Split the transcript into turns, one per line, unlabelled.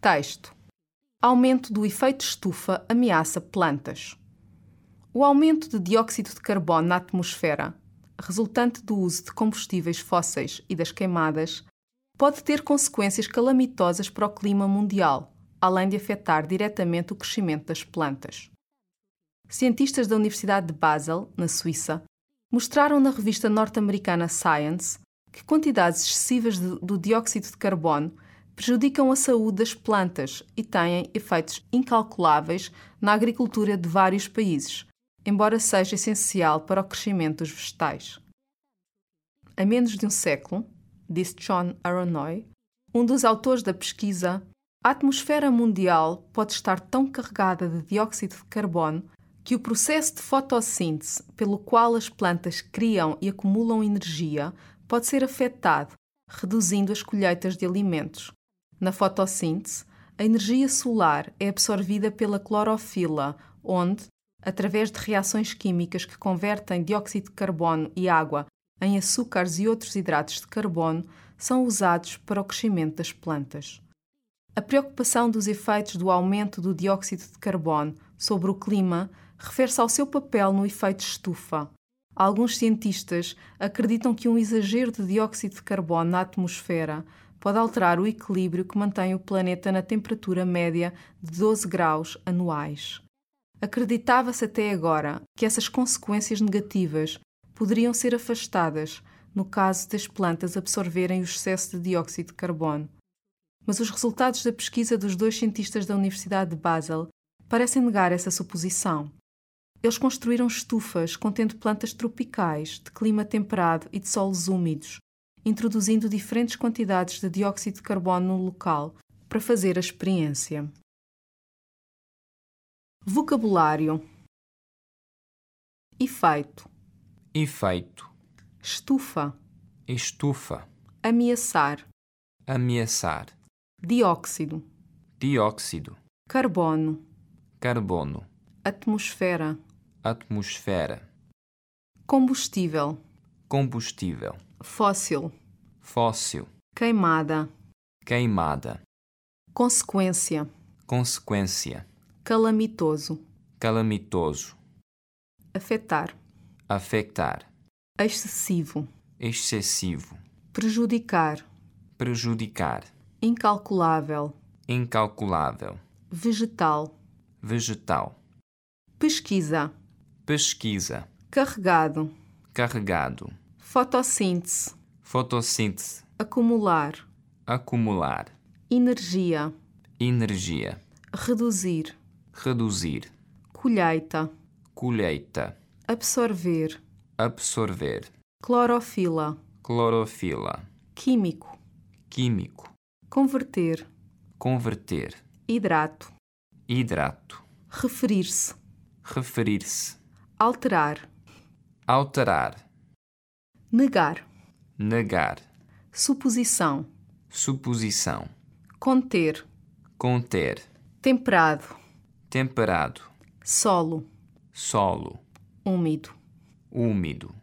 Texto: Aumento do efeito estufa ameaça plantas. O aumento de dióxido de carbono na atmosfera, resultante do uso de combustíveis fósseis e das queimadas, pode ter consequências calamitosas para o clima mundial, além de afetar diretamente o crescimento das plantas. Cientistas da Universidade de Basel, na Suíça, mostraram na revista norte-americana Science que quantidades excessivas de- do dióxido de carbono prejudicam a saúde das plantas e têm efeitos incalculáveis na agricultura de vários países, embora seja essencial para o crescimento dos vegetais. Há menos de um século, disse John Aronoy, um dos autores da pesquisa, a atmosfera mundial pode estar tão carregada de dióxido de carbono que o processo de fotossíntese pelo qual as plantas criam e acumulam energia pode ser afetado, reduzindo as colheitas de alimentos. Na fotossíntese, a energia solar é absorvida pela clorofila, onde, através de reações químicas que convertem dióxido de carbono e água em açúcares e outros hidratos de carbono, são usados para o crescimento das plantas. A preocupação dos efeitos do aumento do dióxido de carbono sobre o clima refere-se ao seu papel no efeito estufa. Alguns cientistas acreditam que um exagero de dióxido de carbono na atmosfera pode alterar o equilíbrio que mantém o planeta na temperatura média de 12 graus anuais. Acreditava-se até agora que essas consequências negativas poderiam ser afastadas no caso das plantas absorverem o excesso de dióxido de carbono mas os resultados da pesquisa dos dois cientistas da Universidade de Basel parecem negar essa suposição. Eles construíram estufas contendo plantas tropicais, de clima temperado e de solos úmidos, introduzindo diferentes quantidades de dióxido de carbono no local para fazer a experiência. Vocabulário: Efeito,
efeito,
estufa,
estufa,
ameaçar,
ameaçar,
dióxido,
dióxido,
carbono,
carbono,
atmosfera,
atmosfera,
combustível.
combustível,
fóssil,
fóssil,
queimada,
queimada,
consequência,
consequência,
calamitoso,
calamitoso,
afetar,
afetar,
excessivo,
excessivo,
prejudicar,
prejudicar,
incalculável,
incalculável,
vegetal,
vegetal,
pesquisa,
pesquisa,
carregado,
carregado,
fotossíntese,
fotossíntese,
acumular,
acumular,
energia,
energia,
reduzir,
reduzir,
colheita,
colheita,
absorver,
absorver,
clorofila,
clorofila,
químico,
químico,
converter,
converter,
hidrato,
hidrato,
referir-se,
referir-se,
alterar,
alterar,
negar,
negar,
suposição.
suposição,
conter,
conter,
temperado,
temperado,
solo,
solo,
úmido.
úmido.